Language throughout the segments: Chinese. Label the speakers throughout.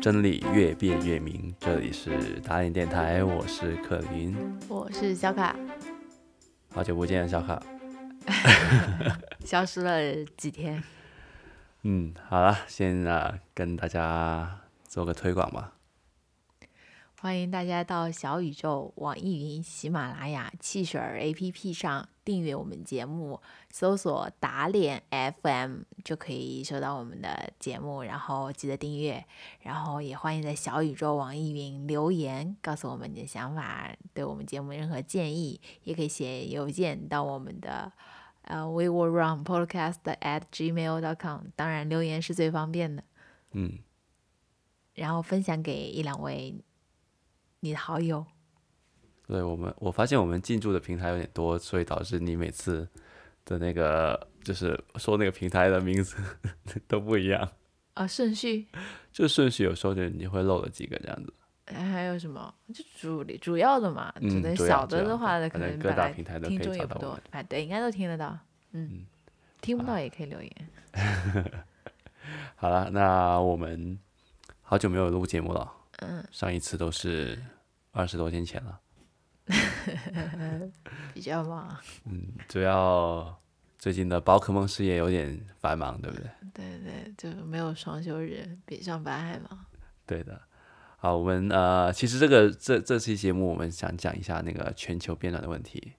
Speaker 1: 真理越辩越明，这里是打脸电台，我是克林，
Speaker 2: 我是小卡，
Speaker 1: 好久不见，小卡。
Speaker 2: 消失了几天。
Speaker 1: 嗯，好了，先啊跟大家做个推广吧。
Speaker 2: 欢迎大家到小宇宙、网易云、喜马拉雅、汽水儿 APP 上订阅我们节目，搜索“打脸 FM” 就可以收到我们的节目，然后记得订阅，然后也欢迎在小宇宙、网易云留言，告诉我们你的想法，对我们节目任何建议，也可以写邮件到我们的呃 we were wrong podcast at gmail dot com，当然留言是最方便的，
Speaker 1: 嗯，
Speaker 2: 然后分享给一两位你的好友。
Speaker 1: 对我们，我发现我们进驻的平台有点多，所以导致你每次的那个就是说那个平台的名字 都不一样，
Speaker 2: 啊，顺序
Speaker 1: 就顺序有时候就你会漏了几个这样子。
Speaker 2: 哎还有什么？就主力主要的嘛，可
Speaker 1: 嗯
Speaker 2: 能
Speaker 1: 主要
Speaker 2: 小
Speaker 1: 主
Speaker 2: 的
Speaker 1: 要
Speaker 2: 的话
Speaker 1: 反
Speaker 2: 呢，可
Speaker 1: 正
Speaker 2: 能
Speaker 1: 各
Speaker 2: 本
Speaker 1: 大
Speaker 2: 来
Speaker 1: 平台都
Speaker 2: 听
Speaker 1: 可以
Speaker 2: 众
Speaker 1: 找
Speaker 2: 也不
Speaker 1: 到我
Speaker 2: 多
Speaker 1: 们，
Speaker 2: 哎，对，应该都听得到，嗯，听不到也可以 留言，
Speaker 1: 好了，那我们好久没有录节目了，
Speaker 2: 嗯，
Speaker 1: 上一次都是二十多天前了。
Speaker 2: 比较忙，
Speaker 1: 嗯，主要最近的宝可梦事业有点繁忙，对不对？
Speaker 2: 对对，就没有双休日，比上班还忙，
Speaker 1: 对的。好，我们呃，其实这个这这期节目，我们想讲一下那个全球变暖的问题，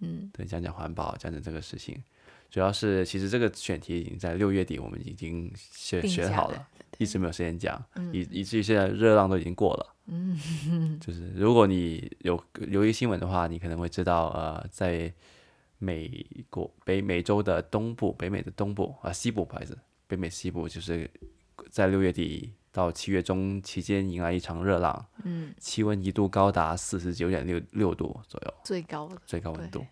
Speaker 2: 嗯
Speaker 1: 对，讲讲环保，讲讲这个事情。主要是其实这个选题已经在六月底，我们已经选
Speaker 2: 定
Speaker 1: 选
Speaker 2: 下
Speaker 1: 好
Speaker 2: 来嗯
Speaker 1: 了，一直没有时间讲，以以至于现在热浪都已经过了。嗯，就是如果你有留意新闻的话，你可能会知道，呃，在美国北美洲的东部，北美的东部啊、西部，不好意思，北美西部就是在六月底到七月中期间迎来一场热浪，
Speaker 2: 嗯，
Speaker 1: 气温一度高达四十九点六六度左右。
Speaker 2: 最高的，
Speaker 1: 最高温度
Speaker 2: 对，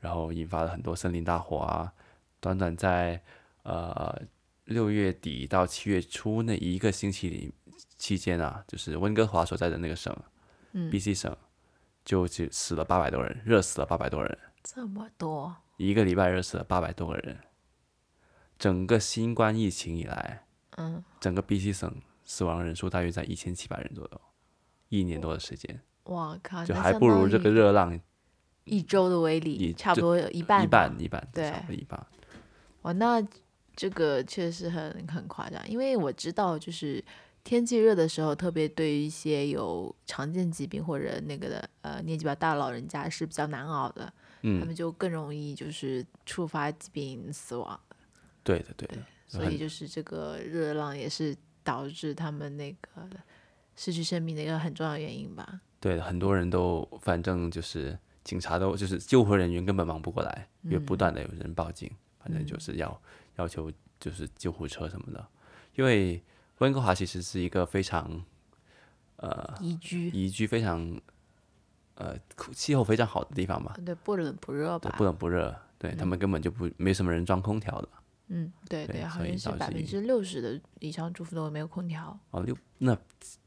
Speaker 1: 然后引发了很多森林大火啊。短短在呃六月底到七月初那一个星期里期间啊，就是温哥华所在的那个省、
Speaker 2: 嗯
Speaker 1: b c 省，就只死了八百多人，热死了八百多人，
Speaker 2: 这么多，
Speaker 1: 一个礼拜热死了八百多个人。整个新冠疫情以来，
Speaker 2: 嗯，
Speaker 1: 整个 BC 省死亡人数大约在一千七百人左右，一年多的时间，
Speaker 2: 我靠，
Speaker 1: 就
Speaker 2: 啊那
Speaker 1: 还
Speaker 2: 相
Speaker 1: 不
Speaker 2: 当
Speaker 1: 如这
Speaker 2: 于
Speaker 1: 个热浪
Speaker 2: 一周的威力，
Speaker 1: 一
Speaker 2: 差不
Speaker 1: 就
Speaker 2: 多有一半
Speaker 1: 一
Speaker 2: 吧
Speaker 1: 半一半，
Speaker 2: 对
Speaker 1: 差不多一半。
Speaker 2: 哇，那这个确实很很夸张，因为我知道就是天气热的时候，特别对于一些有常见疾病或者那个的呃年纪比较大的老人家是比较难熬的，他
Speaker 1: 嗯，
Speaker 2: 们就更容易就是触发疾病死亡，
Speaker 1: 对的对的。
Speaker 2: 所
Speaker 1: 很
Speaker 2: 以就是这个热浪也是导致他们那个失去生命的一个很重要原因吧。
Speaker 1: 对，很多人都反正就是警察都就是救护人员根本忙不过来，因为不断的有人报警，反正就是要要求就是救护车什么的。因为温哥华其实是一个非常呃
Speaker 2: 宜居，
Speaker 1: 宜居、非常呃气候非常好的地方吧，
Speaker 2: 对，嗯不冷不热
Speaker 1: 对
Speaker 2: 吧？
Speaker 1: 不冷不热，对他们根本就不没什么人装空调的。
Speaker 2: 嗯，对
Speaker 1: 对
Speaker 2: 好
Speaker 1: 所以
Speaker 2: 像是
Speaker 1: 导
Speaker 2: 百
Speaker 1: 致
Speaker 2: 分
Speaker 1: 宜
Speaker 2: 之六十的以上住户都没有空调
Speaker 1: 哦，六那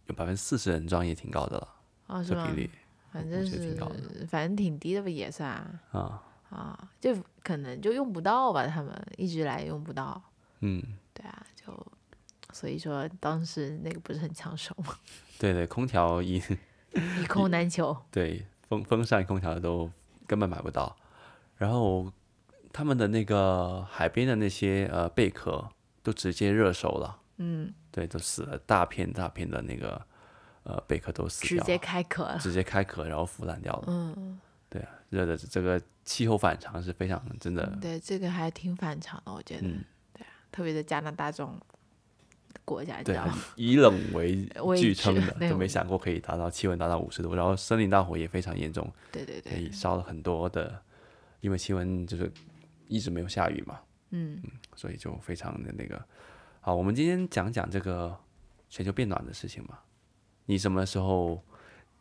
Speaker 1: 有百分之四十人装也挺高的了，
Speaker 2: 啊，是
Speaker 1: 这
Speaker 2: 吗
Speaker 1: 比？例
Speaker 2: 反
Speaker 1: 我
Speaker 2: 正
Speaker 1: 觉得
Speaker 2: 是
Speaker 1: 挺高的
Speaker 2: 反正挺低的吧，也算啊
Speaker 1: 啊，
Speaker 2: 啊，就可能就用不到吧，他们一直来用不到，
Speaker 1: 嗯。
Speaker 2: 对啊，就所以说当时那个不是很抢手嘛，
Speaker 1: 对对，空调一
Speaker 2: 一空难求，
Speaker 1: 对，风风扇、空调都根本买不到。然后他们的那个海边的那些呃贝壳都直接热熟了，
Speaker 2: 嗯，
Speaker 1: 对，都死了大片大片的那个呃贝壳都死
Speaker 2: 直
Speaker 1: 掉
Speaker 2: 接
Speaker 1: 了
Speaker 2: 开壳了，
Speaker 1: 直接开壳，然后腐烂掉了。
Speaker 2: 嗯，
Speaker 1: 对啊，热的这个气候反常是非常真的，
Speaker 2: 对，这个还挺反常的，我觉得，
Speaker 1: 嗯
Speaker 2: 对啊，特别在加拿大这种国家，你知
Speaker 1: 对，啊
Speaker 2: 道
Speaker 1: 很
Speaker 2: 吗？
Speaker 1: 以冷为
Speaker 2: 为
Speaker 1: 据
Speaker 2: 据
Speaker 1: 称的，
Speaker 2: 对
Speaker 1: 就
Speaker 2: 我
Speaker 1: 没想过可以达到气温达到五十度，然后森林大火也非常严重，
Speaker 2: 对对
Speaker 1: 所
Speaker 2: 对，
Speaker 1: 以烧了很多的，因为气温就是一直没有下雨嘛，
Speaker 2: 嗯
Speaker 1: 所以就非常的那个。好，我们今天讲讲这个全球变暖的事情吧。你什么时候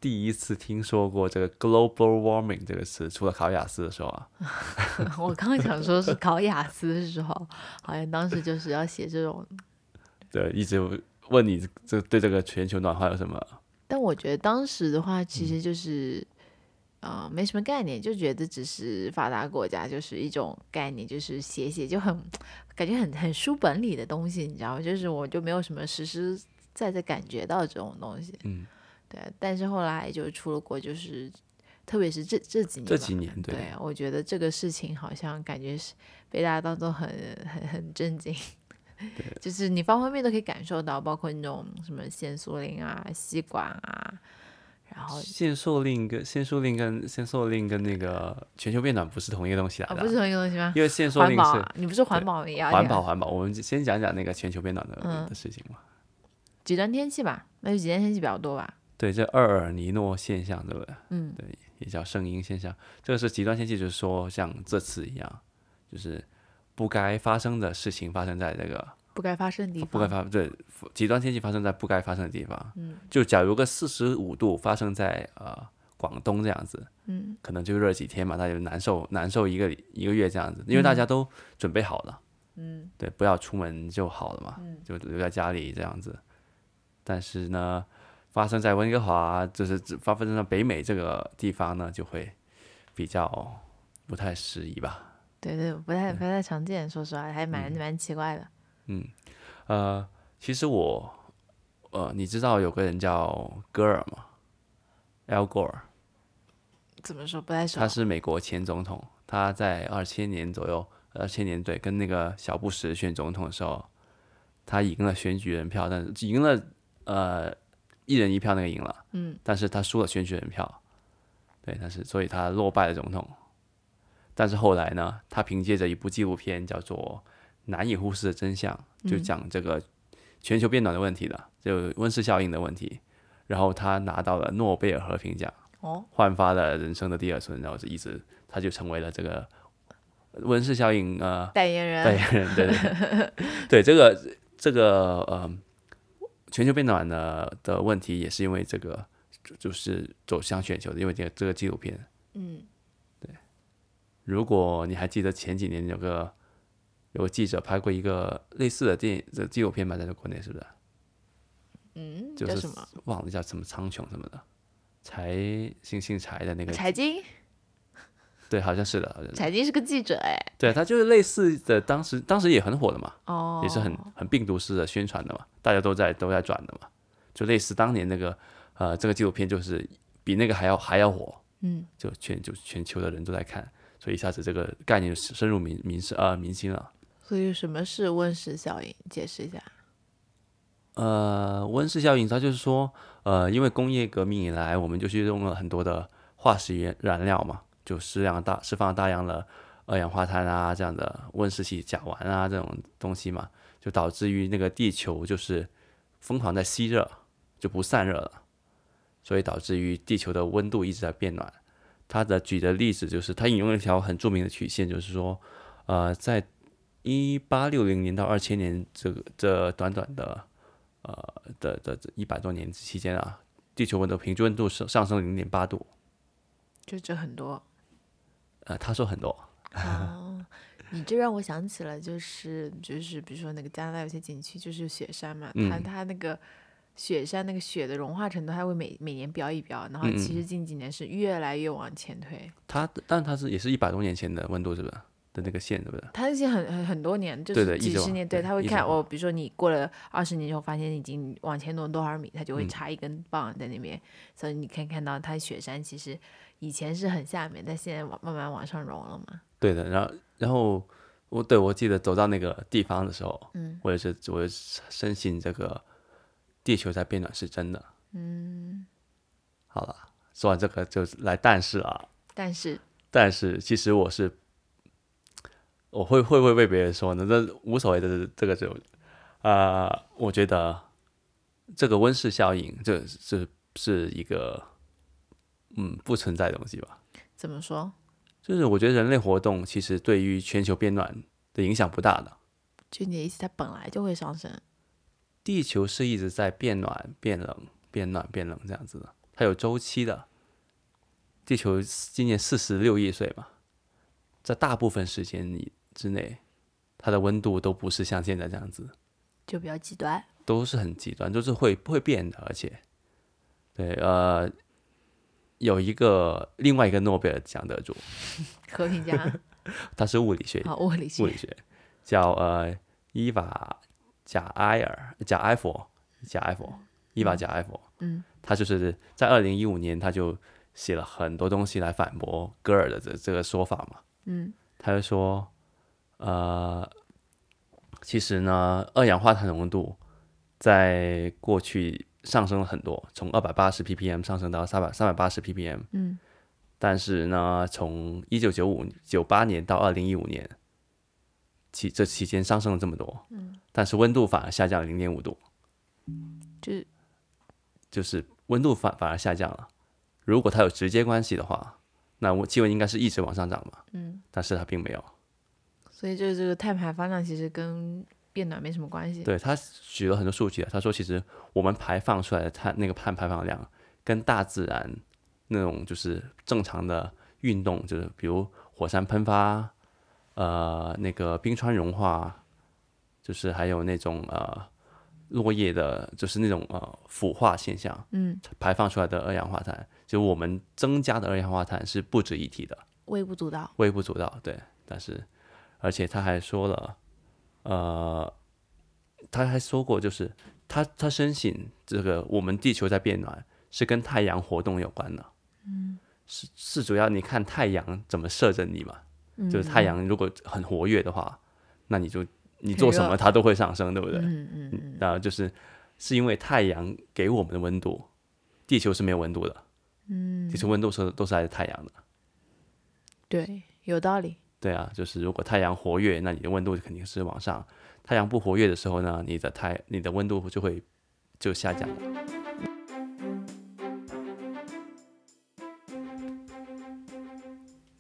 Speaker 1: 第一次听说过这个 global warming 这个词？除了考雅思的时候啊，
Speaker 2: 我刚想说是考雅思的时候，好像当时就是要写这种
Speaker 1: 对，一直问你这对这个全球暖化有什么？
Speaker 2: 但我觉得当时的话，其实就是，呃没什么概念，就觉得只是发达国家就是一种概念，就是写写就很感觉很很书本里的东西，你知道吗？就是我就没有什么实实在在感觉到这种东西。
Speaker 1: 嗯，
Speaker 2: 对，但是后来就出了国，就是特别是这这几年吧，
Speaker 1: 这几年对
Speaker 2: 对我觉得这个事情好像感觉是被大家当做很很很震惊，就是你方方面面都可以感受到，包括那种什么限塑令啊、吸管啊，然后
Speaker 1: 限塑令跟限塑令跟限塑令跟那个全球变暖不是同一个东西来
Speaker 2: 啊
Speaker 1: 的啊，
Speaker 2: 不是同一个东西吗？
Speaker 1: 因为限塑
Speaker 2: 环
Speaker 1: 令
Speaker 2: 保
Speaker 1: 是
Speaker 2: 啊，你不是环
Speaker 1: 对
Speaker 2: 保也要
Speaker 1: 环
Speaker 2: 讲
Speaker 1: 保环保，我们先讲讲那个全球变暖的、
Speaker 2: 嗯
Speaker 1: 的事情嘛。
Speaker 2: 极端天气吧？那就极端天气比较多吧？
Speaker 1: 对，这厄尔尼诺现象，对不对？
Speaker 2: 嗯，
Speaker 1: 对，也叫圣婴现象。这个是极端天气，就是说像这次一样，就是不该发生的事情发生在这个
Speaker 2: 不该发生的地方，
Speaker 1: 不该发对极端天气发生在不该发生的地方。嗯，就假如个四十五度发生在呃广东这样子，
Speaker 2: 嗯，
Speaker 1: 可能就热几天嘛，那就难受难受一个一个月这样子，因为大
Speaker 2: 嗯
Speaker 1: 家都准备好了，嗯，对，不要出门就好了嘛，
Speaker 2: 嗯
Speaker 1: 就留在家里这样子。但是呢，发生在温哥华，就是只发生在北美这个地方呢，就会比较不太适宜吧。
Speaker 2: 对对，不
Speaker 1: 嗯
Speaker 2: 太不太常见，说实话还蛮、蛮奇怪的。
Speaker 1: 呃，其实我，呃，你知道有个人叫戈尔吗？Al Gore，
Speaker 2: 怎么说不太熟
Speaker 1: 他？是美国前总统，他在二千年左右，二千年对，跟那个小布什选总统的时候，他赢了选举人票，但是赢了呃一人一票那个赢了，嗯，但是他输了选举人票，对，但是所以他落败了总统。但是后来呢，他凭借着一部纪录片叫做《难以忽视的真相》，就讲这个全球变暖的问题的，就温室效应的问题，然后他拿到了诺贝尔和平奖。
Speaker 2: 哦，
Speaker 1: 焕发了人生的第二春，然后就一直他就成为了这个温室效应 呃
Speaker 2: 代言人
Speaker 1: 代言人，对对对对，这个这个呃全球变暖的的问题也是因为这个就就是走向全球的，因为这个这个纪录片，
Speaker 2: 嗯，
Speaker 1: 对。如果你还记得前几年有个有个记者拍过一个类似的电影的纪录片吧，在国内是不是？
Speaker 2: 嗯，
Speaker 1: 就
Speaker 2: 叫
Speaker 1: 是
Speaker 2: 什么？
Speaker 1: 忘了叫什么苍穹什么的，柴姓姓柴的那个，
Speaker 2: 柴静，
Speaker 1: 对，好像是的，好像是的
Speaker 2: 柴静是个记者哎，
Speaker 1: 对，它就是类似的，当时当时也很火的嘛，
Speaker 2: 哦，
Speaker 1: 也是很很病毒式的宣传的嘛，大家都在都在转的嘛，就类似当年那个呃这个纪录片就是比那个还要还要火，
Speaker 2: 嗯，
Speaker 1: 就全就全球的人都在看，所以一下子这个概念就深入民民生呃民心了。
Speaker 2: 所以什么是温室效应？解释一下。
Speaker 1: 呃，温室效应它就是说，呃，因为工业革命以来，我们就是用了很多的化石原燃料嘛，就释量大释放大量的二氧化碳啊这样的温室气甲烷啊这种东西嘛，就导致于那个地球就是疯狂在吸热，就不散热了，所以导致于地球的温度一直在变暖。他的举的例子就是，他引用了一条很著名的曲线，就是说，呃，在一八六零年到二千年这个这短短的呃的的一百多年期间啊，地球温度平均温度上上升零点八度。
Speaker 2: 就这很多。
Speaker 1: 呃，他说很多，
Speaker 2: 哦，你这让我想起了，就是就是，比如说那个加拿大有些景区就是雪山嘛，它
Speaker 1: 嗯
Speaker 2: 它那个雪山那个雪的融化程度，它会每每年飙一飙，然后其
Speaker 1: 嗯
Speaker 2: 实近几年是越来越往前推，
Speaker 1: 他但他是也是一百多年前的温度是不是的那个线是不是？
Speaker 2: 它已经很很很多年，就
Speaker 1: 对的
Speaker 2: 是
Speaker 1: 一
Speaker 2: 几
Speaker 1: 直
Speaker 2: 十
Speaker 1: 往
Speaker 2: 年，
Speaker 1: 对
Speaker 2: 它会
Speaker 1: 一直
Speaker 2: 看
Speaker 1: 往
Speaker 2: 哦，比如说你过了二十年之后，发现已经往前挪多少米，它
Speaker 1: 嗯
Speaker 2: 就会插一根棒在那边，所以你可以看到它雪山其实以前是很下面，但现在往慢慢往上融了嘛。
Speaker 1: 对的，然后然后我对我记得走到那个地方的时候，嗯，我也是我也是深信这个地球在变暖是真的。嗯，好了，说完这个就来但是了啊。
Speaker 2: 但是
Speaker 1: 但是其实我是，我会会不会被别人说呢？那无所谓的，这这个就，呃，我觉得这个温室效应，这这是一个，嗯，不存在的东西吧。
Speaker 2: 怎么说？
Speaker 1: 就是我觉得人类活动其实对于全球变暖的影响不大的。
Speaker 2: 就你的意思，它本来就会上升。
Speaker 1: 地球是一直在变暖、变冷、变暖、变冷这样子的，它有周期的。地球今年四十六亿岁嘛，在大部分时间里之内，它的温度都不是像现在这样子，
Speaker 2: 就比较极端。
Speaker 1: 都是很极端，都是会会变的，而且，对呃，有一个另外一个诺贝尔奖得主，
Speaker 2: 和平 奖
Speaker 1: 他是物理学
Speaker 2: 啊，物理
Speaker 1: 物
Speaker 2: 学
Speaker 1: 理学，叫呃伊娃贾埃尔贾埃佛贾埃佛伊娃贾埃佛，
Speaker 2: 嗯，
Speaker 1: 他就是在二零一五年他就写了很多东西来反驳戈尔的这这个说法嘛，
Speaker 2: 嗯，
Speaker 1: 他就说，呃，其实呢，二氧化碳浓度在过去上升了很多，从二百八十 ppm 上升到三百三百八十 ppm，
Speaker 2: 嗯，
Speaker 1: 但是呢，从一九九五九八年到二零一五年，期这期间上升了这么多，嗯，但是温度反而下降了零点五度，
Speaker 2: 就是
Speaker 1: 就是温度反反而下降了。如果它有直接关系的话，那我气温应该是一直往上涨嘛，
Speaker 2: 嗯，
Speaker 1: 但是它并没有。
Speaker 2: 所以就是这个碳排放量其实跟变暖没什么关系。
Speaker 1: 对他举了很多数据啊，他说其实我们排放出来的碳那个碳排放量跟大自然那种就是正常的运动，就是比如火山喷发，呃，那个冰川融化，就是还有那种呃落叶的，就是那种呃腐化现象
Speaker 2: 嗯，
Speaker 1: 排放出来的二氧化碳，就我们增加的二氧化碳是不值一提的。
Speaker 2: 微不足道。
Speaker 1: 微不足道，对。但是，而且他还说了，呃，他还说过，就是他他深信这个我们地球在变暖是跟太阳活动有关的。嗯，是是主要你看太阳怎么射着你嘛，
Speaker 2: 嗯
Speaker 1: 就是太阳如果很活跃的话，那你就你
Speaker 2: 很
Speaker 1: 做什
Speaker 2: 热
Speaker 1: 么它都会上升，对不对？
Speaker 2: 嗯嗯嗯，
Speaker 1: 然后就是是因为太阳给我们的温度，地球是没有温度的。嗯，地球温度是都是来自太阳的。
Speaker 2: 对，有道理。
Speaker 1: 对啊，就是如果太阳活跃，那你的温度肯定是往上；太阳不活跃的时候呢，你的太你的温度就会就下降了。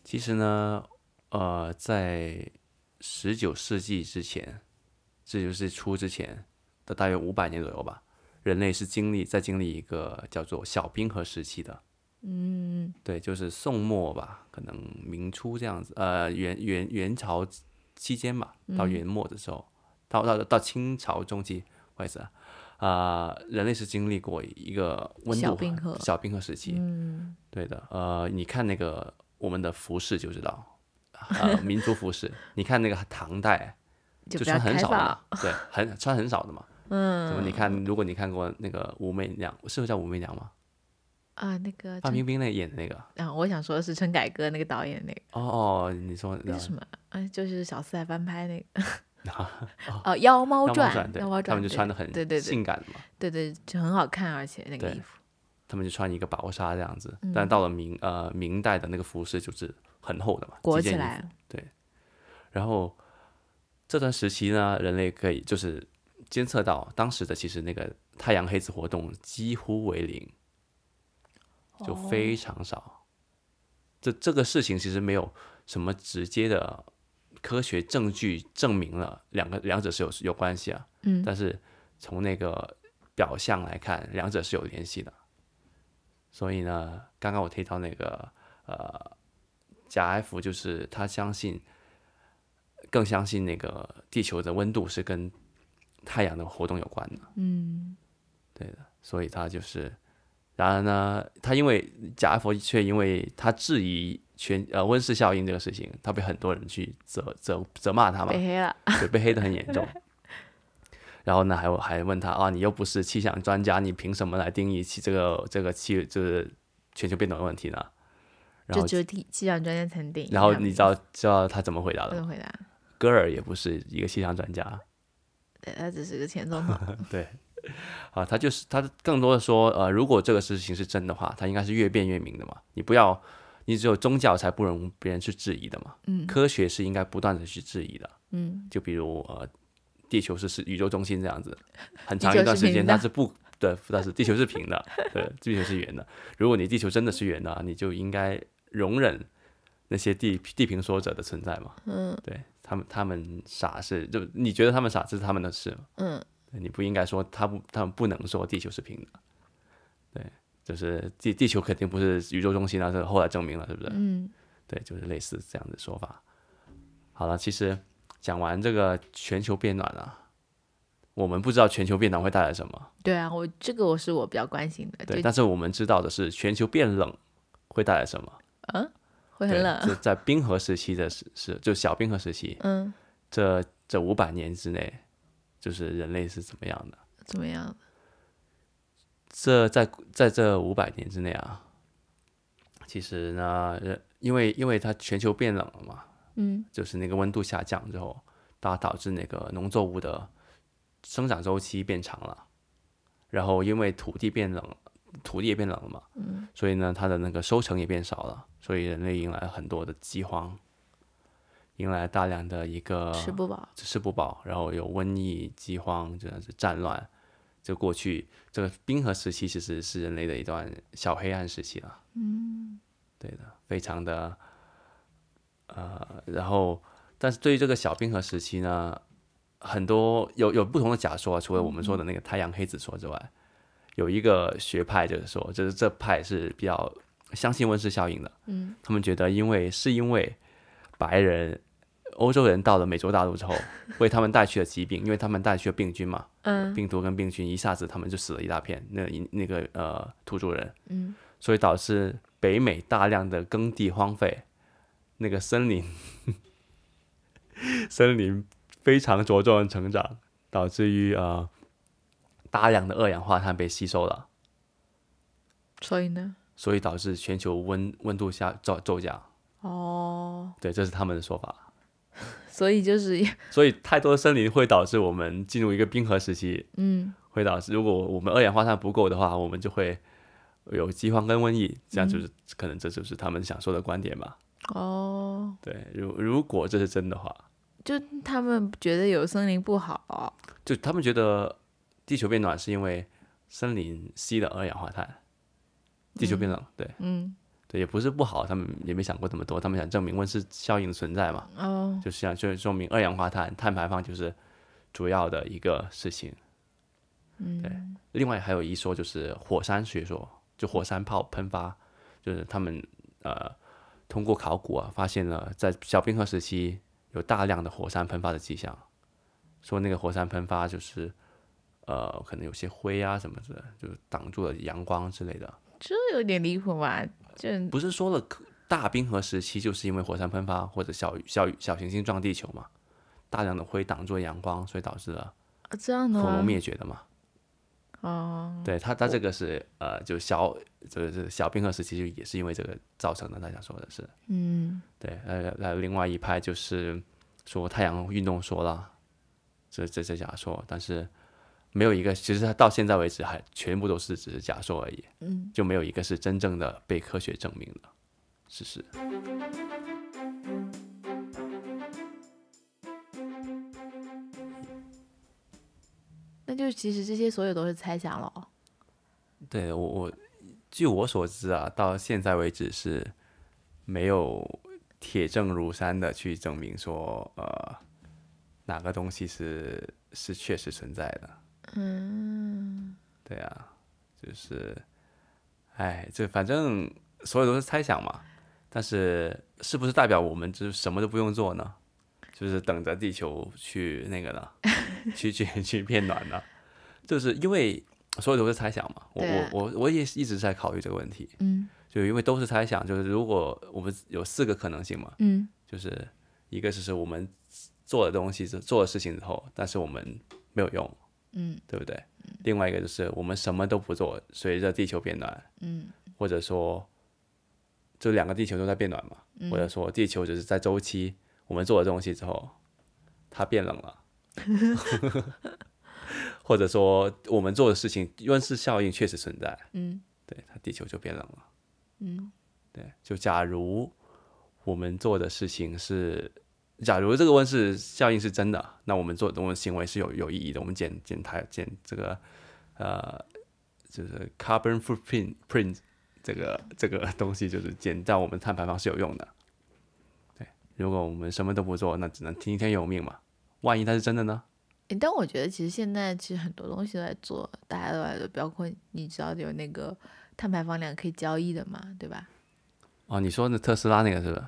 Speaker 1: 其实呢，呃，在十九世纪之前，这就是初之前的大约五百年左右吧，人类是经历在经历一个叫做小冰河时期的。
Speaker 2: 嗯，
Speaker 1: 对，就是宋末吧，可能明初这样子，呃，元元元朝期间吧，
Speaker 2: 嗯
Speaker 1: 到元末的时候，到到到清朝中期，不好意思啊，呃，人类是经历过一个温度
Speaker 2: 小冰河
Speaker 1: 小冰河时期，嗯，对的，呃，你看那个我们的服饰就知道，呃，民族服饰，你看那个唐代就
Speaker 2: 就比
Speaker 1: 穿
Speaker 2: 较
Speaker 1: 很
Speaker 2: 开
Speaker 1: 少的
Speaker 2: 放
Speaker 1: 嘛。，对，很穿很少 的嘛，嗯，怎么你看，如果你看过那个武媚娘，是不是叫武媚娘吗？
Speaker 2: 啊，那个
Speaker 1: 范
Speaker 2: 陈
Speaker 1: 冰冰那演的那个。
Speaker 2: 啊，我想说的是陈凯歌那个导演那个
Speaker 1: 哦哦，你说
Speaker 2: 那
Speaker 1: 那
Speaker 2: 是什么？啊，就是小四海翻拍那个
Speaker 1: 哦
Speaker 2: 哦，《妖猫
Speaker 1: 猫
Speaker 2: 传》
Speaker 1: 对，
Speaker 2: 妖猫
Speaker 1: 他
Speaker 2: 传》
Speaker 1: 们就
Speaker 2: 对
Speaker 1: 穿的很
Speaker 2: 对对对
Speaker 1: 性感嘛，
Speaker 2: 对对，就很好看，而且那个
Speaker 1: 对
Speaker 2: 衣服，
Speaker 1: 他们就穿一个薄纱这样子，
Speaker 2: 嗯
Speaker 1: 但到了明呃明代的那个服饰就是很厚的嘛，
Speaker 2: 裹
Speaker 1: 几件
Speaker 2: 起
Speaker 1: 衣
Speaker 2: 来
Speaker 1: 服。
Speaker 2: 了。
Speaker 1: 然后这段时期呢，人类可以就是监测到当时的其实那个太阳黑子活动几乎为零，就非常少。这这个事情其实没有什么直接的科学证据证明了两个两者是有有关系啊。
Speaker 2: 嗯
Speaker 1: 但是从那个表象来看，两者是有联系的。所以呢，刚刚我提到那个呃，贾埃弗就是他相信，更相信那个地球的温度是跟太阳的活动有关的，
Speaker 2: 嗯
Speaker 1: 所以他就是，然而呢，他因为贾埃弗却因为他质疑全呃温室效应这个事情，他被很多人去责责责骂他嘛，
Speaker 2: 被黑了，
Speaker 1: 对，被黑得很严重。然后呢，还有还问他啊，你又不是气象专家，你凭什么来定义气这个这个气就是全球变暖的问题呢？然
Speaker 2: 就
Speaker 1: 后
Speaker 2: 只有气气象专家才能定义
Speaker 1: 然
Speaker 2: 他
Speaker 1: 后
Speaker 2: 们
Speaker 1: 你知道知道他怎么回答
Speaker 2: 不
Speaker 1: 的吗？
Speaker 2: 能回答，
Speaker 1: 戈尔也不是一个气象专家，
Speaker 2: 对他只是个 前总统。
Speaker 1: 对，啊，他就是他更多的说，呃，如果这个事情是真的话，他应该是越辩越明的嘛。你不要，你只有宗教才不容别人去质疑的嘛。
Speaker 2: 嗯
Speaker 1: 科学是应该不断的去质疑的。
Speaker 2: 嗯，
Speaker 1: 就比如呃，地球是是宇宙中心这样子，很
Speaker 2: 地
Speaker 1: 长
Speaker 2: 球
Speaker 1: 一段
Speaker 2: 是
Speaker 1: 时
Speaker 2: 平
Speaker 1: 间
Speaker 2: 的
Speaker 1: 它是不对，但是地球是平的，对，地球是圆的。如果你地球真的是圆的，你就应该容忍那些地地平说者的存在嘛。嗯，对他们，他们傻是就你觉得他们傻这是他们的事嘛。
Speaker 2: 嗯
Speaker 1: 对，你不应该说他不，他们不能说地球是平的。对，就是地地球肯定不是宇宙中心啊，这后来证明了，是不是？
Speaker 2: 嗯，
Speaker 1: 对，就是类似这样的说法。好了，其实讲完这个全球变暖啊，我们不知道全球变暖会带来什么，
Speaker 2: 对啊，我这个我是我比较关心的，
Speaker 1: 对，
Speaker 2: 就
Speaker 1: 但是我们知道的是全球变冷会带来什么？
Speaker 2: 会
Speaker 1: 对
Speaker 2: 很冷。
Speaker 1: 就在冰河时期的时是就小冰河时期，
Speaker 2: 嗯，
Speaker 1: 这这五百年之内，就是人类是怎么样的？
Speaker 2: 怎么样？
Speaker 1: 这在在这五百年之内啊，其实呢，人因为因为它全球变冷了嘛，
Speaker 2: 嗯，
Speaker 1: 就是那个温度下降之后，它导致那个农作物的生长周期变长了，然后因为土地变冷，土地也变冷了嘛，嗯，所以呢，它的那个收成也变少了，所以人类迎来很多的饥荒，迎来大量的一个
Speaker 2: 吃不饱。
Speaker 1: 吃不饱，然后有瘟疫、饥荒，这样子战乱。就过去这个冰河时期，其实是人类的一段小黑暗时期了。嗯，对的，非常的呃，然后但是对于这个小冰河时期呢，很多有有不同的假说啊，除了我们说的那个太阳黑子说之外，有一个学派就是说，就是这派是比较相信温室效应的。嗯，他们觉得因为是因为白人欧洲人到了美洲大 陆之后，为他们带去了疾病，因为他们带去了病菌嘛，
Speaker 2: 嗯
Speaker 1: 病毒跟病菌一下子他们就死了一大片，那一那个呃土著人，
Speaker 2: 嗯，
Speaker 1: 所以导致北美大量的耕地荒废，那个森林 森林非常茁壮的成长，导致于呃大量的二氧化碳被吸收了，
Speaker 2: 所以呢？
Speaker 1: 所以导致全球温温度下骤骤降，
Speaker 2: 哦，
Speaker 1: 对，这是他们的说法。
Speaker 2: 所以就是，
Speaker 1: 所以太多的森林会导致我们进入一个冰河时期，
Speaker 2: 嗯，
Speaker 1: 会导致如果我们二氧化碳不够的话，我们就会有饥荒跟瘟疫，这样
Speaker 2: 嗯
Speaker 1: 就是、可能这就是他们想说的观点吧。
Speaker 2: 哦，
Speaker 1: 对，如如果这是真的话，
Speaker 2: 就他们觉得有森林不好，
Speaker 1: 就他们觉得地球变暖是因为森林吸了二氧化碳，地球变冷，对
Speaker 2: 嗯，
Speaker 1: 对，也不是不好，他们也没想过这么多，他们想证明温室效应的存在嘛，
Speaker 2: 哦，
Speaker 1: 就是想就是说明二氧化碳碳排放就是主要的一个事情。
Speaker 2: 嗯，
Speaker 1: 另外还有一说就是火山学说，就火山炮喷发，就是他们呃通过考古啊，发现了在小冰河时期有大量的火山喷发的迹象，说那个火山喷发就是呃可能有些灰啊什么的，就是挡住了阳光之类的。
Speaker 2: 这有点离谱吧？就
Speaker 1: 不是说了可大冰河时期就是因为火山喷发或者小小小行星撞地球嘛，大量的灰挡住了阳光，所以导致了
Speaker 2: 啊这样的
Speaker 1: 恐龙
Speaker 2: 吗？
Speaker 1: 灭绝的嘛。
Speaker 2: 哦，
Speaker 1: 对他，他这个是呃，就小就是小冰河时期就也是因为这个造成的，大家说的是
Speaker 2: 嗯，
Speaker 1: 对。呃，还有另外一派就是说太阳运动说了，这这这假说，但是没有一个，其实它到现在为止还全部都是只是假说而已，嗯，就没有一个是真正的被科学证明的事实。
Speaker 2: 那就其实这些所有都是猜想了。
Speaker 1: 对我我，据我所知啊，到现在为止是没有铁证如山的去证明说，呃，哪个东西是是确实存在的。
Speaker 2: 嗯，
Speaker 1: 对啊，就是，哎，这反正所有都是猜想嘛。但是是不是代表我们就是什么都不用做呢？就是等着地球去那个呢， 去去去变暖呢？就是因为所有都是猜想嘛。我
Speaker 2: 对啊
Speaker 1: 我我我也一直在考虑这个问题。
Speaker 2: 嗯，
Speaker 1: 就因为都是猜想，就是如果我们有四个可能性嘛，
Speaker 2: 嗯，
Speaker 1: 就是一个就是我们做的东西、做的事情之后，但是我们没有用，
Speaker 2: 嗯，
Speaker 1: 对不对？另外一个就是我们什么都不做，随着地球变暖，
Speaker 2: 嗯，
Speaker 1: 或者说就两个地球都在变暖嘛，或者说地球只是在周期，我们做了东西之后，它变冷了。 或者说，我们做的事情温室效应确实存在，
Speaker 2: 嗯，
Speaker 1: 对，它地球就变冷了。对，就假如我们做的事情是，假如这个温室效应是真的，那我们做的我们行为是有有意义的。我们减减排减这个呃，就是 carbon footprint print 这个这个东西，就是减掉我们碳排放是有用的。对，如果我们什么都不做，那只能听天由命嘛。万一它是真的呢？
Speaker 2: 诶但我觉得其实现在其实很多东西都在做，大家都在做，包括你知道有那个碳排放量可以交易的嘛，对吧？
Speaker 1: 哦，你说那特斯拉那个是不是？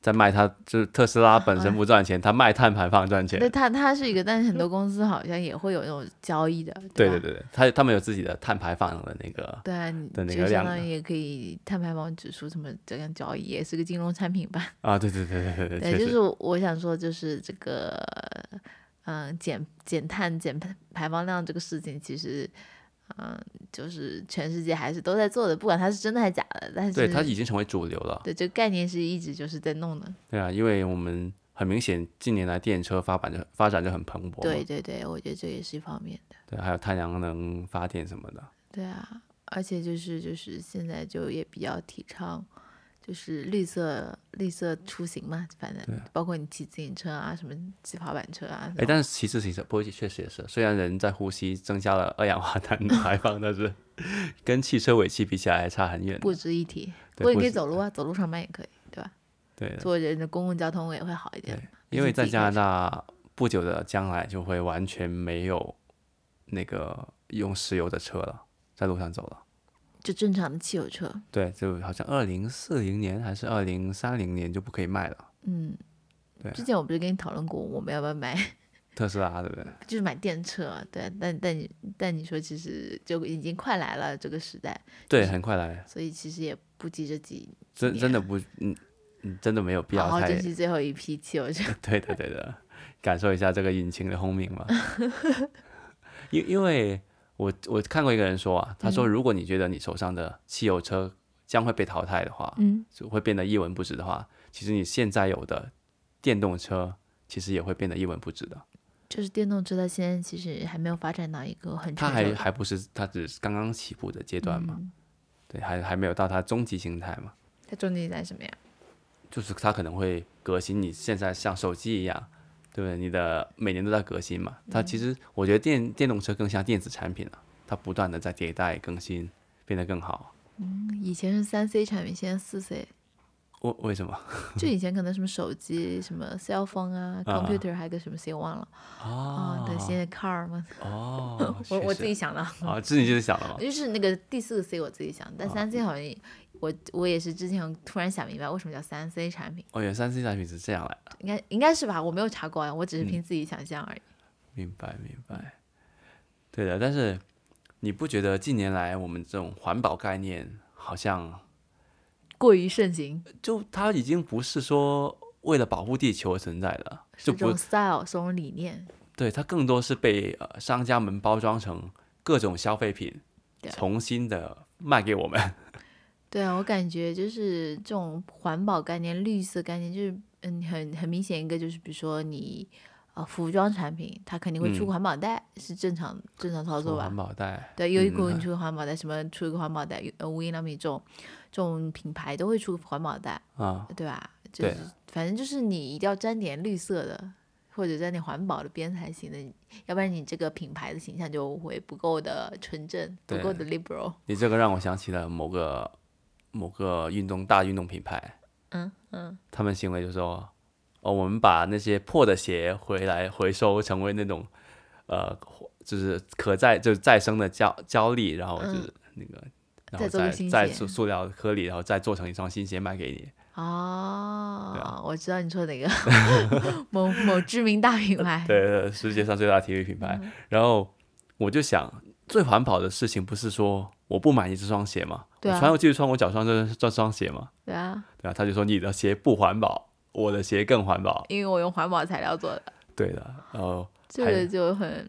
Speaker 1: 在卖它，就是特斯拉本身不赚钱，它卖碳排放赚钱。
Speaker 2: 对，它它是一个，但是很多公司好像也会有那种交易的，
Speaker 1: 嗯对
Speaker 2: 对
Speaker 1: 对对，它他们有自己的碳排放的那个，
Speaker 2: 对啊，你
Speaker 1: 的那
Speaker 2: 就
Speaker 1: 个量
Speaker 2: 相当
Speaker 1: 的
Speaker 2: 于也可以碳排放指数这么这样交易，也是个金融产品吧？
Speaker 1: 啊，对对对对对
Speaker 2: 对，
Speaker 1: 确
Speaker 2: 就
Speaker 1: 实。
Speaker 2: 是我想说，就是这个，嗯、减减碳、减排排放量这个事情，其实，嗯、就是全世界还是都在做的，不管它是真的还是假的，但是
Speaker 1: 对，它已经成为主流了。
Speaker 2: 对这个概念是一直就是在弄的。
Speaker 1: 对啊，因为我们很明显近年来电车发展就发展就很蓬勃嘛，
Speaker 2: 对对对，我觉得这也是一方面的。
Speaker 1: 对，还有太阳能发电什么的。
Speaker 2: 对啊，而且就是就是现在就也比较提倡，就是绿色绿色出行嘛，反正包括你骑自行车啊，什么骑滑板车啊
Speaker 1: 啊哎、
Speaker 2: 这种，
Speaker 1: 但是其实其实波确实也是，虽然人在呼吸增加了二氧化碳的排放，但是跟汽车尾气比起来还差很远。
Speaker 2: 不值一提。
Speaker 1: 对
Speaker 2: 不过你
Speaker 1: 不
Speaker 2: 可以
Speaker 1: 值
Speaker 2: 走路啊，走路上班也可以，对吧？
Speaker 1: 对的，
Speaker 2: 坐人的公共交通也会好一点
Speaker 1: 对
Speaker 2: 嘛。毕
Speaker 1: 因为
Speaker 2: 竟
Speaker 1: 在
Speaker 2: 自己
Speaker 1: 加拿
Speaker 2: 开车
Speaker 1: 大不久的将来就会完全没有那个用石油的车了，在路上走了。
Speaker 2: 就正常的汽油车，
Speaker 1: 对，就好像二零四零年还是二零三零年就不可以卖了
Speaker 2: 嗯。
Speaker 1: 对
Speaker 2: 之前我不是跟你讨论过，我们要不要买，
Speaker 1: 特斯拉，对不对？
Speaker 2: 就是买电车，啊对，但但你但你说其实就已经快来了这个时代，
Speaker 1: 对，很快来，
Speaker 2: 所以其实也不急着急，
Speaker 1: 真真的不，嗯嗯，真的没有必
Speaker 2: 好
Speaker 1: 要
Speaker 2: 好
Speaker 1: 太
Speaker 2: 珍惜最后一批汽油车。
Speaker 1: 对的，对的，感受一下这个引擎的轰 鸣嘛。因因为我我看过一个人说啊，他说
Speaker 2: 嗯
Speaker 1: 如果你觉得你手上的汽油车将会被淘汰的话，
Speaker 2: 嗯，
Speaker 1: 就会变得一文不值的话，其实你现在有的电动车其实也会变得一文不值的。
Speaker 2: 就是电动车它现在其实还没有发展到一个很
Speaker 1: 它
Speaker 2: 成
Speaker 1: 还
Speaker 2: 熟的嗯
Speaker 1: 还不是它只是刚刚起步的阶段嘛，对，还还没有到它终极形态嘛，
Speaker 2: 它中间在什么呀？
Speaker 1: 就是它可能会革新你现在像手机一样。对不对？你的每年都在革新嘛，它其实我觉得电电动车更像电子产品了、它不断的在迭代更新，变得更好。
Speaker 2: 以前是三 C 产品，现在四 C，
Speaker 1: 为为什么？
Speaker 2: 就以前可能什么手机、什么 cell phone 啊、
Speaker 1: 啊
Speaker 2: computer 还有个什么 C 忘了啊，对，现在 car 嘛，，
Speaker 1: 哦
Speaker 2: 我我
Speaker 1: 确
Speaker 2: 自己想的，
Speaker 1: 实啊，自己就是想了嘛，
Speaker 2: 就是那个第四个 C 我自己想，
Speaker 1: 啊
Speaker 2: 但三 C 好像也我我也是之前突然想明白为什么叫三 C 产品，
Speaker 1: 哦，原来三 C 产品是这样来的，
Speaker 2: 应该应该是吧？我没有查过啊，我只是
Speaker 1: 嗯
Speaker 2: 凭自己想象而已。
Speaker 1: 明白明白。对的，但是你不觉得近年来我们这种环保概念好像
Speaker 2: 过于盛行，
Speaker 1: 就它已经不是说为了保护地球而存在的，
Speaker 2: 是
Speaker 1: 就
Speaker 2: 这
Speaker 1: 不
Speaker 2: 种 style，这种理念，
Speaker 1: 对它更多是被呃商家们包装成各种消费品
Speaker 2: 对，
Speaker 1: 重新的卖给我们。
Speaker 2: 对啊，我感觉就是这种环保概念、绿色概念，就是嗯，很很明显一个就是，比如说你呃服装产品，它肯定会出个环保袋，是正常正常操
Speaker 1: 做
Speaker 2: 作吧
Speaker 1: 嗯 环？保袋，
Speaker 2: 对，优衣库
Speaker 1: 嗯
Speaker 2: 你出个环保袋，什么出一个环保袋，呃，无印良品这种这种品牌都会出个环保袋，
Speaker 1: 啊，
Speaker 2: 对吧？就是
Speaker 1: 对
Speaker 2: 反正就是你一定要沾点绿色的。或者沾点环保的边才行的，要不然你这个品牌的形象就会不够的纯正，不
Speaker 1: 对
Speaker 2: 够的 liberal。
Speaker 1: 你这个让我想起了某个某个运动大运动品牌，
Speaker 2: 嗯
Speaker 1: 嗯，他们行为就是说，哦，我们把那些破的鞋回来回收成为那种，呃，就是可再就是再生的胶胶粒，然后就是那个，然
Speaker 2: 嗯再
Speaker 1: 后
Speaker 2: 做个
Speaker 1: 再
Speaker 2: 新
Speaker 1: 再
Speaker 2: 鞋嗯
Speaker 1: 塑塑料颗粒，然后再做成一双新鞋卖给你。啊
Speaker 2: 哦，我知道你说哪个 某某知名大品牌，
Speaker 1: 对对，世界上最大体育品
Speaker 2: 嗯
Speaker 1: 牌。然后我就想，最环保的事情不是说我不买你这双鞋吗？
Speaker 2: 对啊
Speaker 1: 我穿我继续穿我脚上这这双鞋吗？
Speaker 2: 对啊，
Speaker 1: 对啊，他就说你的鞋不环保，我的鞋更环保。
Speaker 2: 因为我用环保材料做的，
Speaker 1: 对的，然后
Speaker 2: 这
Speaker 1: 还
Speaker 2: 个就很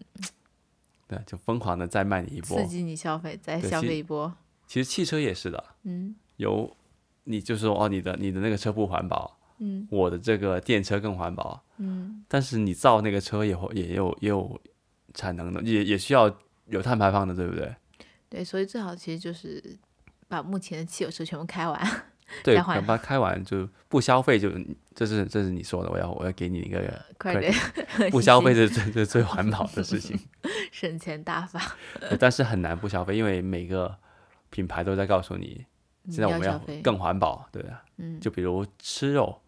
Speaker 1: 对啊就疯狂的再卖你一波
Speaker 2: 刺。激你消费，再
Speaker 1: 对
Speaker 2: 消
Speaker 1: 其
Speaker 2: 费一波，
Speaker 1: 其实汽车也是的，
Speaker 2: 嗯
Speaker 1: 有你就说哦，你的你的那个车不环保，
Speaker 2: 嗯
Speaker 1: 我的这个电车更环保，
Speaker 2: 嗯，
Speaker 1: 但是你造那个车也会也有也有产能的，也也需要有碳排放的，对不对？
Speaker 2: 对，所以最好其实就是把目前的汽油车全部开完，
Speaker 1: 对，
Speaker 2: 再换
Speaker 1: 等它开完就不消费就，这是这是你说的，我要我要给你一个
Speaker 2: 快
Speaker 1: 快
Speaker 2: 点
Speaker 1: 不消费是最最最环保的事情，
Speaker 2: 省钱大法，
Speaker 1: 对但是很难不消费，因为每个品牌都在告诉你，
Speaker 2: 嗯
Speaker 1: 现在我们要
Speaker 2: 要消费
Speaker 1: 更环保，对啊，
Speaker 2: 嗯
Speaker 1: 就比如吃肉，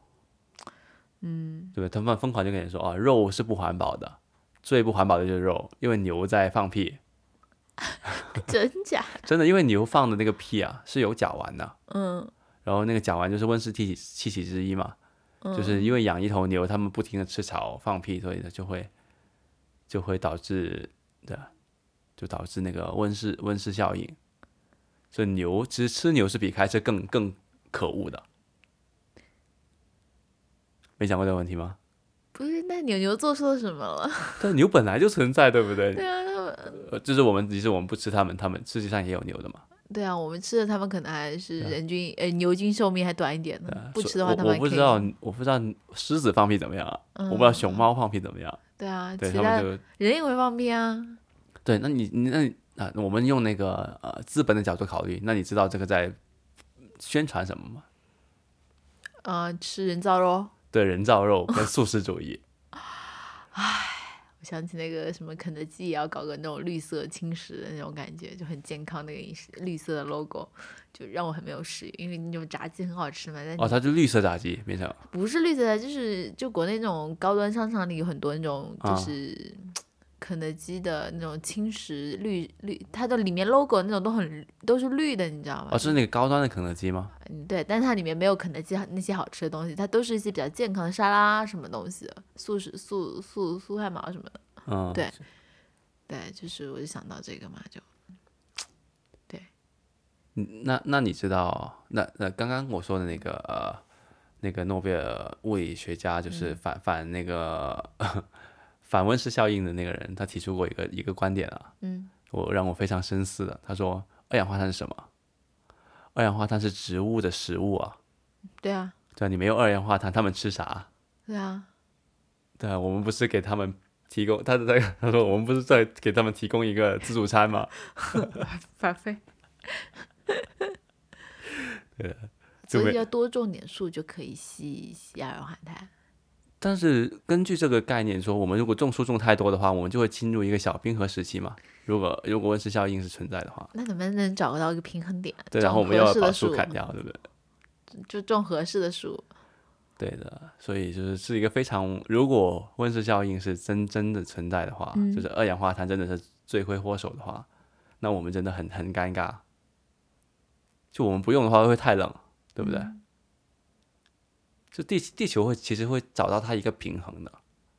Speaker 1: 嗯，对吧？他们疯狂就跟你说啊，肉是不环保的，最不环保的就是肉，因为牛在放屁，
Speaker 2: 真假？
Speaker 1: 真的，因为牛放的那个屁啊是有甲烷的，
Speaker 2: 嗯，
Speaker 1: 然后那个甲烷就是温室气体气体之一嘛，
Speaker 2: 嗯
Speaker 1: 就是因为养一头牛，他们不停的吃草放屁，所以呢就会就会导致的，就导致那个温室温室效应。所以牛其实吃牛是比开车更更可恶的。没想过这个问题吗？
Speaker 2: 不是，那牛牛做错什么了？
Speaker 1: 但牛本来就存在，对不对？
Speaker 2: 对啊，他们
Speaker 1: 呃，就是我们即使我们不吃它们，它们世界上也有牛的嘛。
Speaker 2: 对啊，我们吃的他们可能还是人均呃牛均寿命还短一点
Speaker 1: 啊对啊
Speaker 2: 呢，不
Speaker 1: 所以
Speaker 2: 吃的话
Speaker 1: 我
Speaker 2: 他们
Speaker 1: 我
Speaker 2: 还
Speaker 1: 不
Speaker 2: 可
Speaker 1: 知
Speaker 2: 以
Speaker 1: 道，我不知道狮子放屁怎么样啊，我不知道熊猫放屁怎么样，
Speaker 2: 对啊，
Speaker 1: 对
Speaker 2: 其
Speaker 1: 他们
Speaker 2: 他
Speaker 1: 就
Speaker 2: 人也会放屁啊。
Speaker 1: 对，那你你那你啊、我们用那个呃资本的角度考虑，那你知道这个在宣传什么吗？
Speaker 2: 呃，吃人造肉，
Speaker 1: 对，人造肉跟素食主 义，
Speaker 2: 我想起那个什么肯德基也要搞个那种绿色轻食的那种感觉，就很健康那个饮食绿色的 logo，就让我很没有食欲，因为那种炸鸡很好吃嘛，但
Speaker 1: 哦，它是绿色炸鸡，哦变成
Speaker 2: 不是绿色的，就是就国内那种高端商场里有很多那种
Speaker 1: 啊
Speaker 2: 就是。肯德基的那种轻食绿绿，它的里面 logo 那种都很都是绿的，你知道吗？
Speaker 1: 哦是那个高端的肯德基吗？
Speaker 2: 嗯，对，但是它里面没有肯德基那些好吃的东西，它都是一些比较健康的沙拉什么东西，素食素素素汉堡什么的。
Speaker 1: 嗯，
Speaker 2: 对对，就是我就想到这个嘛，就
Speaker 1: 嗯那那你知道，那那刚刚我说的那个呃，那个诺贝尔物理学家
Speaker 2: 嗯
Speaker 1: 就是反、反那个 反温室效应的那个人，他提出过一个一个观点啊，
Speaker 2: 嗯，
Speaker 1: 我让我非常深思的。他说，二氧化碳是什么？二氧化碳是植物的食物啊，
Speaker 2: 对啊，
Speaker 1: 对啊，你没有二氧化碳，他们吃啥？
Speaker 2: 对啊，
Speaker 1: 对啊，我们不是给他们提供，他他他说我们不是在给他们提供一个自助餐吗？
Speaker 2: 反费。
Speaker 1: 对，啊就
Speaker 2: 所
Speaker 1: 没
Speaker 2: 以要多种点树就可以吸吸二氧化碳。
Speaker 1: 但是根据这个概念说，我们如果种树种太多的话，我们就会进入一个小冰河时期嘛。如果如果温室效应是存在的话，
Speaker 2: 那能不能找到一个平衡点？
Speaker 1: 对，
Speaker 2: 种
Speaker 1: 然后我们
Speaker 2: 合
Speaker 1: 要
Speaker 2: 适
Speaker 1: 把
Speaker 2: 的
Speaker 1: 树
Speaker 2: 树
Speaker 1: 砍掉，对不对？
Speaker 2: 就种合适的树。
Speaker 1: 对的，所以就是是一个非常，如果温室效应是真真的存在的话，就是
Speaker 2: 嗯
Speaker 1: 二氧化碳真的是罪魁祸首的话，那我们真的很很尴尬。就我们不用的话会太冷，对不对？
Speaker 2: 嗯
Speaker 1: 就地地球会其实会找到它一个平衡的，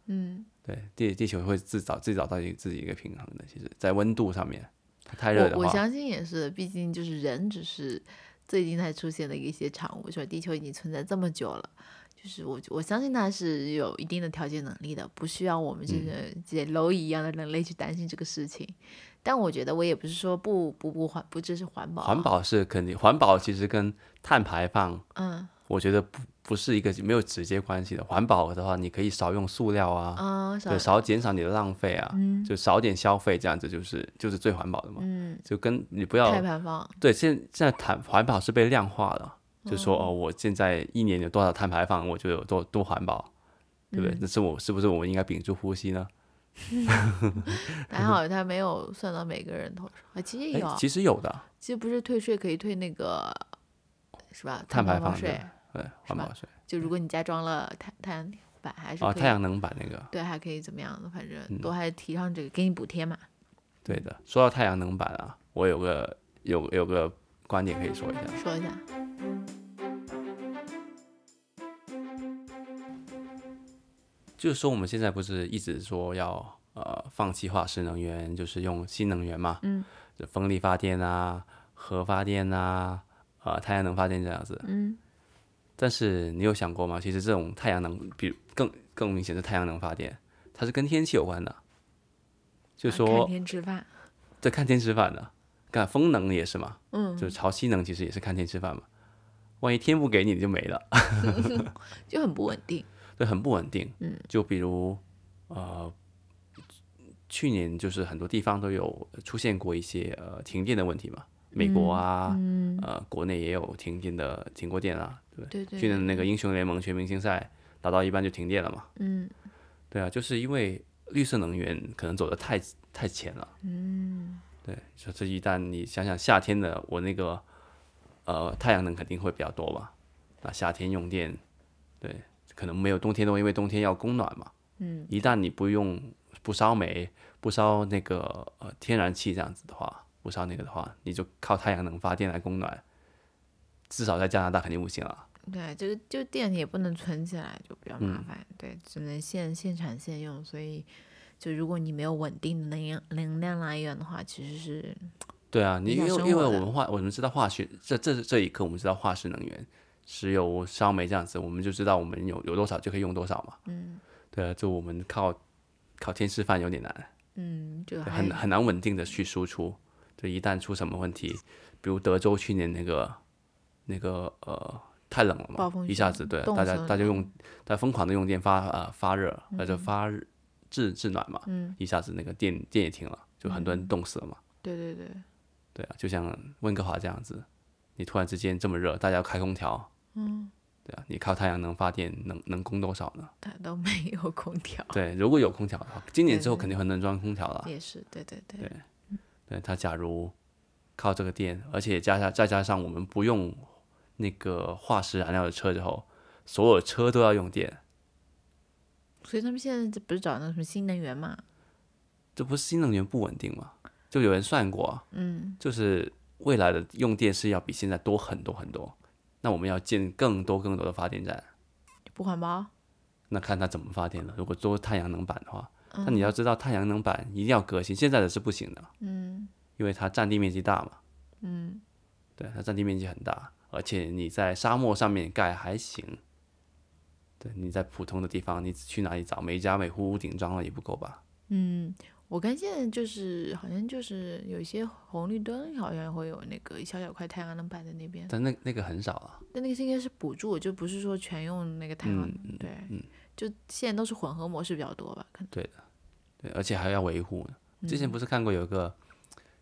Speaker 2: 嗯，
Speaker 1: 对，地地球会自找自己找到一个自己一个平衡的。其实，在温度上面，它太热的
Speaker 2: 我我
Speaker 1: 话，
Speaker 2: 相信也是，毕竟就是人只是最近才出现的一些产物，是吧？地球已经存在这么久了，就是我我相信它是有一定的调节能力的，不需要我们这
Speaker 1: 嗯
Speaker 2: 些、这些蝼蚁一样的人类去担心这个事情。但我觉得我也不是说不不不环不支持环保啊，
Speaker 1: 环保是肯定，环保其实跟碳排放
Speaker 2: 嗯
Speaker 1: 我觉得不不是一个没有直接关系的。环保的话，你可以少用塑料啊，
Speaker 2: 啊
Speaker 1: 对，
Speaker 2: 少
Speaker 1: 少减少你的浪费啊，就少点消费，这样子就是就是最环保的嘛。
Speaker 2: 嗯
Speaker 1: 就跟你不
Speaker 2: 碳
Speaker 1: 要
Speaker 2: 排放，
Speaker 1: 对现现在谈环保是被量化了，就说哦，我现在一年有多少碳排放，我就有多多环保，对
Speaker 2: 嗯
Speaker 1: 不对？那是我是不是我们应该屏住呼吸呢？
Speaker 2: 还好它没有算到每个人头上，啊其实也
Speaker 1: 哎
Speaker 2: 有啊，
Speaker 1: 其实有的
Speaker 2: 其实不是退税可以退那个是吧？
Speaker 1: 碳排
Speaker 2: 放
Speaker 1: 放
Speaker 2: 税
Speaker 1: 的，，对，环保税
Speaker 2: 就如果你加装了太太阳板还是
Speaker 1: 啊，
Speaker 2: 可以
Speaker 1: 太阳能板那个，
Speaker 2: 对，还可以怎么样的？反正
Speaker 1: 嗯
Speaker 2: 都还提倡这个，给你补贴嘛。
Speaker 1: 对的。说到太阳能板啊，我有个有有个观点可以说一下。
Speaker 2: 说一下，
Speaker 1: 就是说我们现在不是一直说要呃放弃化石能源，就是用新能源嘛，
Speaker 2: 嗯，
Speaker 1: 就风力发电啊、核发电啊、呃太阳能发电这样子。
Speaker 2: 嗯
Speaker 1: 但是你有想过吗？其实这种太阳能，比如更更明显的太阳能发电，它是跟天气有关的，就
Speaker 2: 啊看
Speaker 1: 说
Speaker 2: 天吃饭，
Speaker 1: 对看天吃饭的，看风能也是嘛，
Speaker 2: 嗯，
Speaker 1: 就是潮汐能其实也是看天吃饭嘛。万一天不给你，你就没了。
Speaker 2: 就很不稳定。
Speaker 1: 对，很不稳定。嗯，就比如呃，去年就是很多地方都有出现过一些呃停电的问题嘛，美国啊，呃，国内也有停电的停过电啊，对不
Speaker 2: 对对
Speaker 1: 去年的那个英雄联盟全明星赛打到一半就停电了嘛。
Speaker 2: 嗯，
Speaker 1: 对啊，就是因为绿色能源可能走的太太前了。嗯，对，所以这一旦你想想夏天的我那个呃太阳能肯定会比较多吧？那夏天用电，对，可能没有冬天多，因为冬天要供暖嘛。嗯，一旦你不用不烧煤、不烧那个呃天然气这样子的话，不烧那个的话，你就靠太阳能发电来供暖，至少在加拿大肯定不行了。
Speaker 2: 对，这个就电也不能存起来，就比较
Speaker 1: 嗯
Speaker 2: 麻烦。对，只能现现产现用，所以就如果你没有稳定的能量能量来源的话，其实是
Speaker 1: 对啊，你
Speaker 2: 影
Speaker 1: 因
Speaker 2: 响
Speaker 1: 为
Speaker 2: 生
Speaker 1: 因为
Speaker 2: 活
Speaker 1: 我
Speaker 2: 的
Speaker 1: 们化我们知道化学这这这一刻我们知道化石能源，石油、烧煤这样子，我们就知道我们有有多少就可以用多少嘛。嗯，对啊，就我们靠靠天吃饭有点难，
Speaker 2: 嗯，就
Speaker 1: 对
Speaker 2: 还
Speaker 1: 很很难稳定的去输出。就一旦出什么问题，比如德州去年那个那个呃太冷了
Speaker 2: 暴
Speaker 1: 嘛
Speaker 2: 风，
Speaker 1: 一下
Speaker 2: 雪
Speaker 1: 子对
Speaker 2: 冻
Speaker 1: 大家
Speaker 2: 死了
Speaker 1: 大家用大家疯狂的用电发呃发热或者发制制暖嘛，
Speaker 2: 嗯，
Speaker 1: 一下子那个电电也停了，就很多人冻死了嘛。
Speaker 2: 对对对，
Speaker 1: 对啊，就像温哥华这样子，你突然之间这么热，大家要开空调，嗯，哦对啊，你靠太阳能发电能能供多少呢？
Speaker 2: 它都没有空调，
Speaker 1: 对，如果有空调的话，今年之后
Speaker 2: 对对
Speaker 1: 肯定很能装空调了。
Speaker 2: 也是，对对对，
Speaker 1: 对，它假如靠这个电，而且加上再加上我们不用那个化石燃料的车之后，所有车都要用电，
Speaker 2: 所以他们现在不是找那什么新能源嘛？
Speaker 1: 这不是新能源不稳定吗？就有人算过，嗯，就是未来的用电是要比现在多很多很多，那我们要建更多更多的发电站。
Speaker 2: 不环保？
Speaker 1: 那看它怎么发电了。如果做太阳能板的话，那你要知道太阳能板一定要革新，现在的是不行的，嗯，因为它占地面积大嘛，嗯，对，它占地面积很大，而且你在沙漠上面盖还行，对，你在普通的地方，你去哪里找？每家每户屋顶装了也不够吧？
Speaker 2: 嗯，我看现在就是好像就是有一些红绿灯好像会有那个一小小块太阳能板在那边，
Speaker 1: 但那那个很少啊了，
Speaker 2: 但那个是应该是补助，就不是说全用那个太阳，
Speaker 1: 嗯
Speaker 2: 对，就现在都是混合模式比较多吧，可能
Speaker 1: 对，而且还要维护呢。之前不是看过有个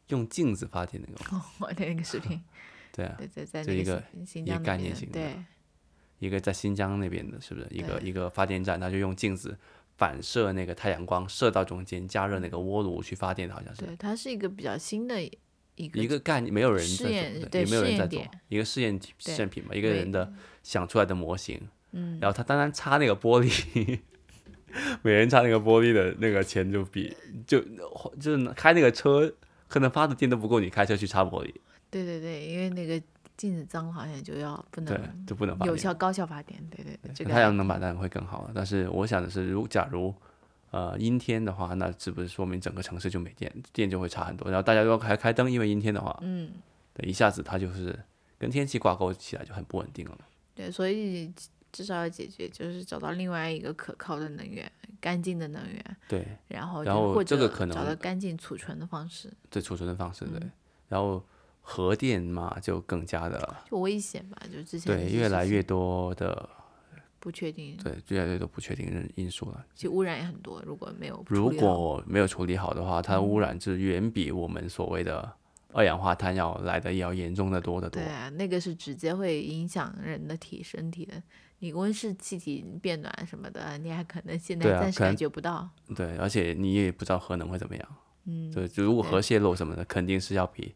Speaker 1: 用镜子发电那个吗？
Speaker 2: 我哦的那个 视频，
Speaker 1: 对啊，
Speaker 2: 对对，在
Speaker 1: 就
Speaker 2: 那
Speaker 1: 一个
Speaker 2: 新新
Speaker 1: 一
Speaker 2: 疆
Speaker 1: 个
Speaker 2: 那
Speaker 1: 概念
Speaker 2: 边
Speaker 1: 性的
Speaker 2: 对，
Speaker 1: 一个在新疆那边的，是不是一个
Speaker 2: 对
Speaker 1: 一个发电站？它就用镜子反射那个太阳光，射到中间加热那个锅炉去发电的，好像是
Speaker 2: 嗯对，它是一个比较新的一个
Speaker 1: 一个概念，没有人在
Speaker 2: 试
Speaker 1: 做
Speaker 2: 验
Speaker 1: 的，
Speaker 2: 对
Speaker 1: 也没有
Speaker 2: 试
Speaker 1: 人
Speaker 2: 验
Speaker 1: 在做
Speaker 2: 点
Speaker 1: 一个试验体
Speaker 2: 对
Speaker 1: 试验品嘛，一个
Speaker 2: 对
Speaker 1: 人的想出来的模型。嗯，然后他单单擦那个玻璃， 每人擦那个玻璃的那个钱就比就就是开那个车，可能发的电都不够你开车去擦玻璃，
Speaker 2: 对对对，因为那个镜子脏了，好像就要不
Speaker 1: 对
Speaker 2: 能，
Speaker 1: 就不能发
Speaker 2: 嗯有
Speaker 1: 电。
Speaker 2: 效高效发电，对对对，这个
Speaker 1: 太阳能板当然会更好啊了，但是我想的是，如假如呃阴天的话，那是不是说明整个城市就没电，电就会差很多？然后大家如果还开灯，因为阴天的话，嗯，对，一下子它就是跟天气挂钩起来就很不稳定了嘛。
Speaker 2: 对，所以至少要解决就是找到另外一个可靠的能源，干净的能源，
Speaker 1: 对，
Speaker 2: 然后
Speaker 1: 然
Speaker 2: 就
Speaker 1: 后
Speaker 2: 或
Speaker 1: 这个
Speaker 2: 者
Speaker 1: 可能
Speaker 2: 找到干净储存的方式，
Speaker 1: 对储存的方式对，
Speaker 2: 嗯
Speaker 1: 然后核电嘛就更加的
Speaker 2: 就危险吧，就之前
Speaker 1: 对，
Speaker 2: 这
Speaker 1: 越
Speaker 2: 些
Speaker 1: 来
Speaker 2: 事
Speaker 1: 越
Speaker 2: 情
Speaker 1: 多的
Speaker 2: 不确定，
Speaker 1: 对越来越多不确定因因素了。
Speaker 2: 其实污染也很多，如果没有
Speaker 1: 如
Speaker 2: 处理好嗯
Speaker 1: 果没有处理好的话，它的污染是远比我们所谓的二氧化碳要来的要严重的多得多
Speaker 2: 对。啊，那个是直接会影响人的体身体的。你温室气体变暖什么的，你还可能现在
Speaker 1: 对啊
Speaker 2: 暂时
Speaker 1: 可
Speaker 2: 感
Speaker 1: 能
Speaker 2: 觉不到。
Speaker 1: 对，而且你也不知道核能会怎么样。
Speaker 2: 嗯，
Speaker 1: 对，就如果
Speaker 2: 对
Speaker 1: 核泄漏什么的，肯定是要比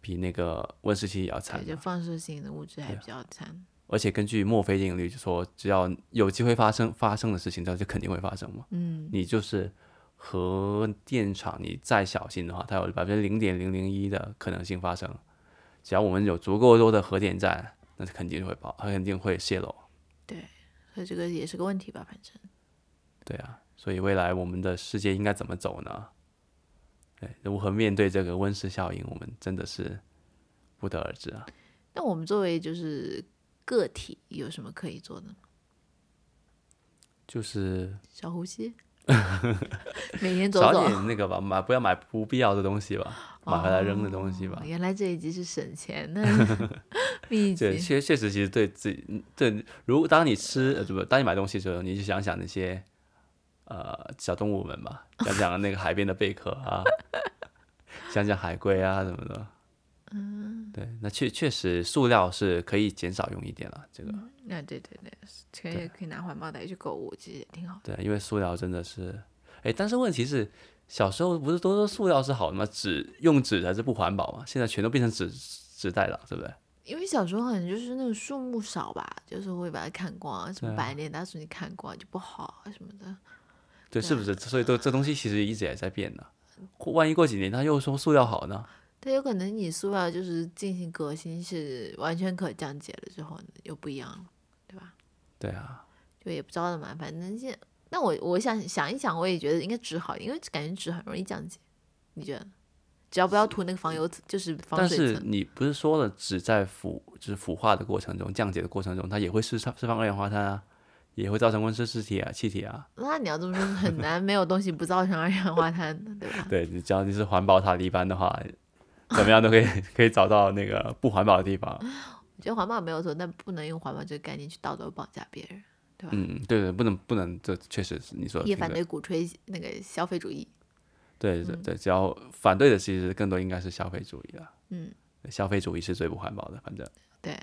Speaker 1: 比那个温室气体要惨啊
Speaker 2: 对，就
Speaker 1: 的。
Speaker 2: 放射性的物质还比较惨。
Speaker 1: 而且根据墨菲定律，就说只要有机会发生发生的事情，它就肯定会发生嘛。
Speaker 2: 嗯，
Speaker 1: 你就是核电厂，你再小心的话，它有百分之零点零零一的可能性发生。只要我们有足够多的核电站，那肯定会爆，肯定会泄漏。
Speaker 2: 所以这个也是个问题吧，反正。
Speaker 1: 对啊，所以未来我们的世界应该怎么走呢？对，如何面对这个温室效应，我们真的是不得而知啊。
Speaker 2: 那我们作为就是个体，有什么可以做的吗？
Speaker 1: 就是
Speaker 2: 小 呼吸，每天走
Speaker 1: 少
Speaker 2: 走，
Speaker 1: 点那个吧，买不要买不必要的东西吧，买回来扔的东西吧
Speaker 2: 哦。原来这一集是省钱 的秘
Speaker 1: 对，
Speaker 2: 籍，
Speaker 1: 确确实，其实对自己，对，如当你吃呃，不，当你买东西的时候，你就想想那些呃小动物们吧，想想那个海边的贝壳啊， 想想海龟啊什么的。嗯，对，那确确实塑料是可以减少用一点了，这个。
Speaker 2: 那啊对对对，可以可以拿环保袋去购物，其实也挺好的。
Speaker 1: 对，因为塑料真的是，哎，但是问题是，小时候不是都说塑料是好的吗？纸用纸才是不环保嘛，现在全都变成纸纸袋了，对不对？
Speaker 2: 因为小时候好像就是那种树木少吧，就是会把它砍光，什
Speaker 1: 对
Speaker 2: 么
Speaker 1: 啊
Speaker 2: 白脸大叔你砍光就不好啊什么的。嗯
Speaker 1: 对，是不是？所以都这东西其实一直也在变的。或万一过几年他又说塑料好呢？
Speaker 2: 但有可能你塑料就是进行革新是完全可降解了之后呢，又不一样了，对吧？
Speaker 1: 对啊，
Speaker 2: 就也不知道怎么，反正现那我我想想一想，我也觉得应该纸好，因为感觉纸很容易降解，你觉得呢？只要不要涂那个防油层，就是防
Speaker 1: 但
Speaker 2: 水
Speaker 1: 是
Speaker 2: 层。
Speaker 1: 你不是说了，只在腐就是腐化的过程中、降解的过程中，它也会释放释放二氧化碳啊，也会造成温室气体啊、气体啊。
Speaker 2: 那你要这么说， 很难没有东西不造成二氧化碳的，对吧？
Speaker 1: 对你只要你是环保塔利班的话，怎么样都可以 可以找到那个不环保的地方。
Speaker 2: 我觉得环保没有错，但不能用环保这个概念去道德绑架别人。
Speaker 1: 嗯，对对，不能不能，这确实呃是你说的
Speaker 2: 也
Speaker 1: 挺
Speaker 2: 反
Speaker 1: 对
Speaker 2: 对嗯鼓吹那个消费主义。
Speaker 1: 对对对，只要反对的其实更多应该是消费主义了。
Speaker 2: 嗯，
Speaker 1: 消费主义是最不环保的，反正。
Speaker 2: 对，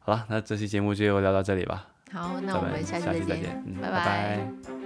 Speaker 1: 好了，那这期节目就聊到这里吧，
Speaker 2: 嗯好，那
Speaker 1: 咱
Speaker 2: 我们
Speaker 1: 们
Speaker 2: 下期
Speaker 1: 下期再
Speaker 2: 见，
Speaker 1: 嗯，
Speaker 2: 拜
Speaker 1: 拜